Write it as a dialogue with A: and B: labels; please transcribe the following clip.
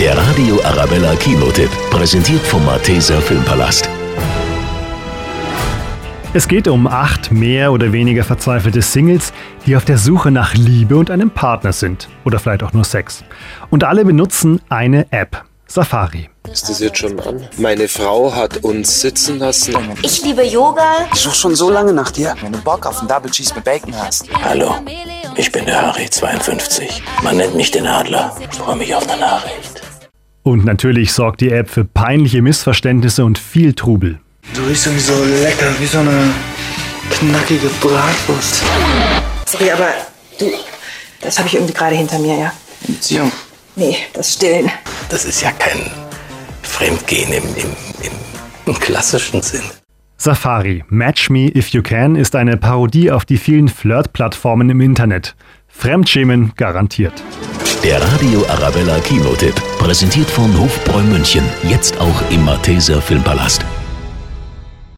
A: Der Radio Arabella Kinotipp, präsentiert vom Malteser Filmpalast.
B: Es geht um acht mehr oder weniger verzweifelte Singles, die auf der Suche nach Liebe und einem Partner sind. Oder vielleicht auch nur Sex. Und alle benutzen eine App, Safari.
C: Ist das jetzt schon an? Meine Frau hat uns sitzen lassen.
D: Ich liebe Yoga.
E: Ich suche schon so lange nach dir.
F: Wenn du Bock auf einen Double Cheese mit Bacon hast.
G: Hallo, ich bin der Harry, 52. Man nennt mich den Adler. Ich freue mich auf eine Nachricht.
B: Und natürlich sorgt die App für peinliche Missverständnisse und viel Trubel.
H: Du riechst irgendwie so lecker, wie so eine knackige Bratwurst.
I: Sorry, aber du, das habe ich irgendwie gerade hinter mir, ja?
F: Beziehung.
I: Nee, das Stillen.
G: Das ist ja kein Fremdgehen im, im, im, im klassischen Sinn.
B: Safari Match Me If You Can ist eine Parodie auf die vielen Flirt-Plattformen im Internet. Fremdschämen garantiert.
A: Der Radio Arabella Kinotipp, präsentiert von Hofbräu München, jetzt auch im Malteser Filmpalast.